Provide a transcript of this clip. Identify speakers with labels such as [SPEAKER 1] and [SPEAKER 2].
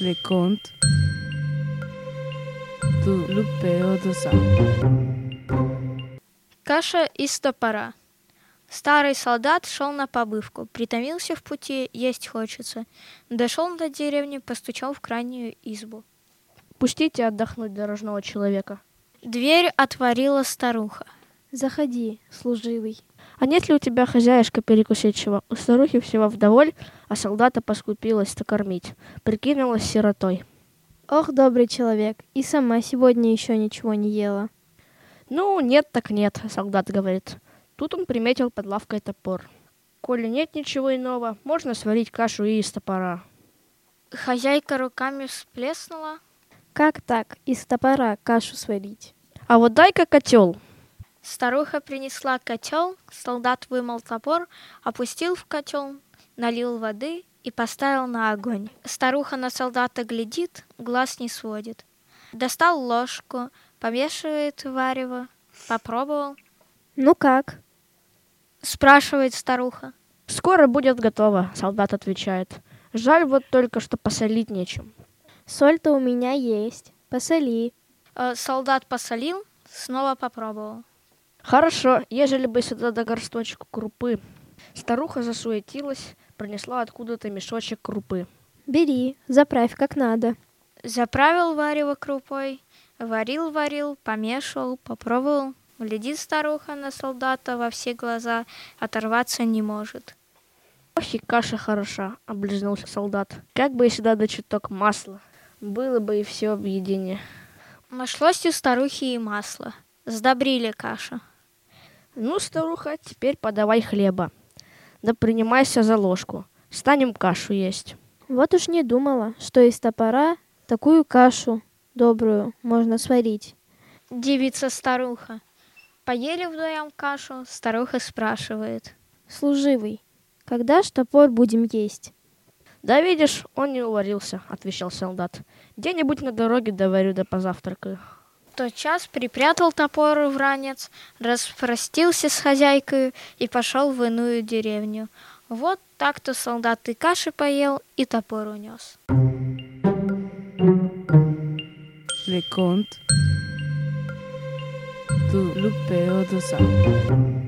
[SPEAKER 1] de conte do Lupeo do Sal.
[SPEAKER 2] Каша из топора. Старый солдат шел на побывку, притомился в пути, есть хочется. Дошел до деревни, постучал в крайнюю избу.
[SPEAKER 3] Пустите отдохнуть дорожного человека.
[SPEAKER 2] Дверь отворила старуха.
[SPEAKER 3] Заходи, служивый. А нет ли у тебя хозяюшка перекусить чего? У старухи всего вдоволь, а солдата поскупилась-то кормить. Прикинулась сиротой.
[SPEAKER 4] Ох, добрый человек, и сама сегодня еще ничего не ела.
[SPEAKER 3] Ну, нет так нет, солдат говорит. Тут он приметил под лавкой топор. Коли нет ничего иного, можно сварить кашу и из топора.
[SPEAKER 2] Хозяйка руками всплеснула.
[SPEAKER 4] Как так из топора кашу сварить?
[SPEAKER 3] А вот дай-ка котел.
[SPEAKER 2] Старуха принесла котел, солдат вымыл топор, опустил в котел, налил воды и поставил на огонь. Старуха на солдата глядит, глаз не сводит. Достал ложку, помешивает варево, попробовал.
[SPEAKER 4] Ну как?
[SPEAKER 2] Спрашивает старуха.
[SPEAKER 3] Скоро будет готово, солдат отвечает. Жаль вот только, что посолить нечем.
[SPEAKER 4] Соль-то у меня есть. Посоли.
[SPEAKER 2] Э, Солдат посолил, снова попробовал.
[SPEAKER 3] Хорошо, ежели бы сюда до горсточку крупы. Старуха засуетилась, принесла откуда-то мешочек крупы.
[SPEAKER 4] Бери, заправь как надо.
[SPEAKER 2] Заправил варево крупой, варил, варил, помешивал, попробовал. Глядит старуха на солдата во все глаза, оторваться не может.
[SPEAKER 3] Ох, и каша хороша, облизнулся солдат. Как бы и сюда до чуток масла. Было бы и все объедение.
[SPEAKER 2] Нашлось у старухи и масло. Сдобрили кашу.
[SPEAKER 3] Ну, старуха, теперь подавай хлеба. Да принимайся за ложку. Станем кашу есть.
[SPEAKER 4] Вот уж не думала, что из топора такую кашу добрую можно сварить.
[SPEAKER 2] Девица-старуха. Поели вдвоем кашу, старуха спрашивает.
[SPEAKER 4] Служивый, когда ж топор будем есть?
[SPEAKER 3] Да видишь, он не уварился, отвечал солдат. Где-нибудь на дороге доварю да позавтракаю.
[SPEAKER 2] В тот час припрятал топор в ранец, распростился с хозяйкой и пошел в иную деревню. Вот так-то солдат и каши поел, и топор унес.
[SPEAKER 1] Le conte do Lupeo do Sal.